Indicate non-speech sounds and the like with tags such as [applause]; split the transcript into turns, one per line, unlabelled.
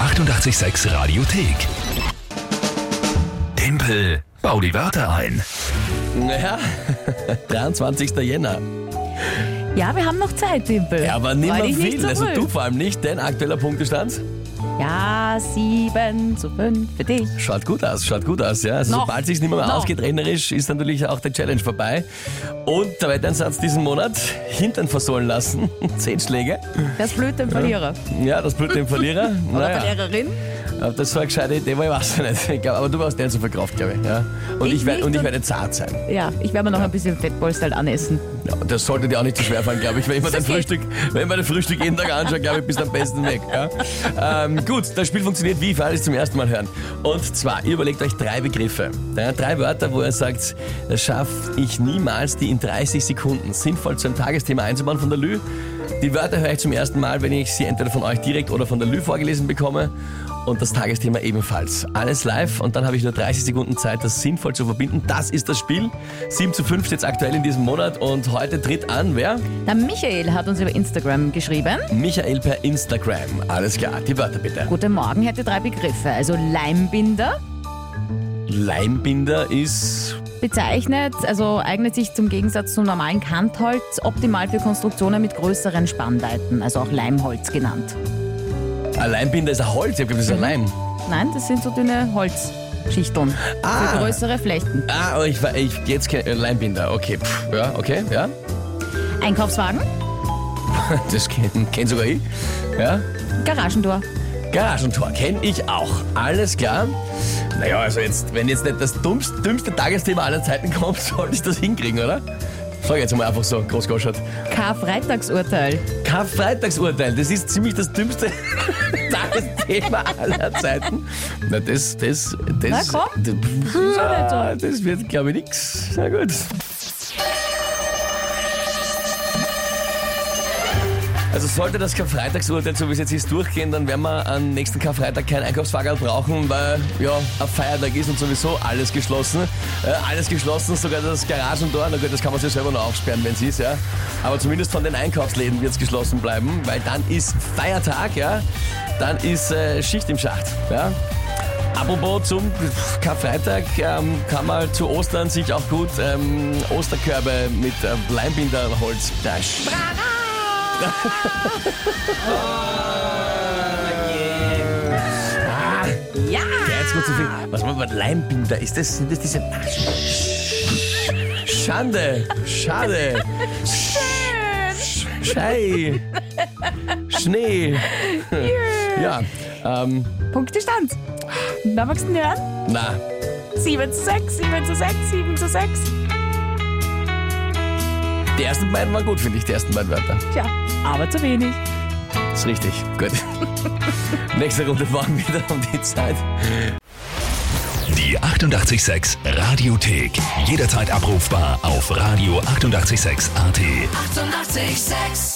886 Radiothek. Tempel, bau die Wörter ein.
[laughs] Naja, 23. Jänner.
Ja, wir haben noch Zeit, Timpel.
Ja, aber nimmer
Freu dich
viel.
Nicht so
also
früh.
du vor allem nicht, denn aktueller Punktestand
Ja, sieben zu fünf für dich.
schaut gut aus, schaut gut aus. Ja. Also
Noch.
sobald sich's nicht mehr
Noch.
ausgeht, rennerisch, ist natürlich auch der Challenge vorbei. Und der weitere Satz diesen Monat, Hintern versohlen lassen, [laughs] 10 Schläge.
Das blüht dem Verlierer.
Ja, das blöd dem Verlierer.
[laughs] Oder
naja,
Verliererin.
ob das so eine gescheite Idee war, ich weiß es nicht. Ich glaub, Aber du warst der so verkauft, glaube ich. Ja. Und,
Ich
ich werd,
nicht
und ich
und-
werde zart sein.
Ja, ich werde mir noch ein bisschen Fettpolster halt anessen.
Ja, das sollte dir auch nicht zu schwer fallen, glaube ich. Wenn man
Das
dein
ist okay.
Frühstück, wenn man das Frühstück jeden Tag anschaut, glaube ich, bist du am besten weg. Ja? Ähm, gut, das Spiel funktioniert wie, falls ihr es zum ersten Mal hören. Und zwar, ihr überlegt euch drei Begriffe. Ja, drei Wörter, wo ihr sagt, das schaffe ich niemals, die in 30 Sekunden sinnvoll zu einem Tagesthema einzubauen von der Lü. Die Wörter höre ich zum ersten Mal, wenn ich sie entweder von euch direkt oder von der Lü vorgelesen bekomme. Und das Tagesthema ebenfalls. Alles live und dann habe ich nur 30 Sekunden Zeit, das sinnvoll zu verbinden. Das ist das Spiel. 7 zu 5 jetzt aktuell in diesem Monat und heute tritt an, wer?
Der Michael hat uns über Instagram geschrieben.
Michael per Instagram. Alles klar, die Wörter bitte.
Guten Morgen, hätte drei Begriffe. Also Leimbinder
Leimbinder ist
bezeichnet, also eignet sich zum Gegensatz zum normalen Kantholz optimal für Konstruktionen mit größeren Spannweiten, also auch Leimholz genannt.
ein Leimbinder ah, ist ein Holz, ich glaube, das ist ein Leim.
Nein, das sind so dünne Holzschichteln
Ah.
für größere Flächen.
Ah, aber ich, war- ich jetzt kein äh, Leimbinder. Okay, pff, ja, okay, ja. [laughs]
Einkaufswagen,
Das kennt kenn sogar ich. Ja.
Garagentor.
Garagentor kenne ich auch. Alles klar. Naja, also jetzt, wenn jetzt nicht das dummste, dümmste Tagesthema aller Zeiten [laughs] kommt, sollte ich das hinkriegen, oder? Sag jetzt mal einfach so, groß geschaut.
Karfreitagsurteil.
Karfreitagsurteil, das ist ziemlich das dümmste [laughs] Tagesthema aller Zeiten. Na, das, das, das.
Na komm.
Das,
nicht
Ah, das wird, glaube ich, nix. Na gut. Also sollte das Karfreitagsurteil, so wie es jetzt ist, durchgehen, dann werden wir am nächsten Karfreitag kein Einkaufswagen brauchen, weil ja, ein Feiertag ist und sowieso alles geschlossen. Äh, alles geschlossen, sogar das Garagentor. Na gut, das kann man sich selber noch aufsperren, wenn es ist, ja. Aber zumindest von den Einkaufsläden wird es geschlossen bleiben, weil dann ist Feiertag, ja. Dann ist äh, Schicht im Schacht, ja. Apropos zum Karfreitag ähm, kann man zu Ostern sich auch gut ähm, Osterkörbe mit ähm, Leimbinderholz daschen. [laughs]
Ja!
Ja, Ah, jetzt kurz zu viel. Was machen wir mit Leimbinder? Ist das, sind das diese. Schande! Schade! Schei! Schnee! Ja, ähm,
Punktestand. Na, magst du ihn hören?
na,
7 zu 6, 7 zu 6, 7 zu 6.
die ersten beiden waren gut, finde ich, die ersten beiden Wörter.
Tja, aber zu wenig.
Ist richtig, gut. [laughs] Nächste Runde morgen wieder um die Zeit.
Die 886 Radiothek. Jederzeit abrufbar auf radio886.at. 886! 886.
886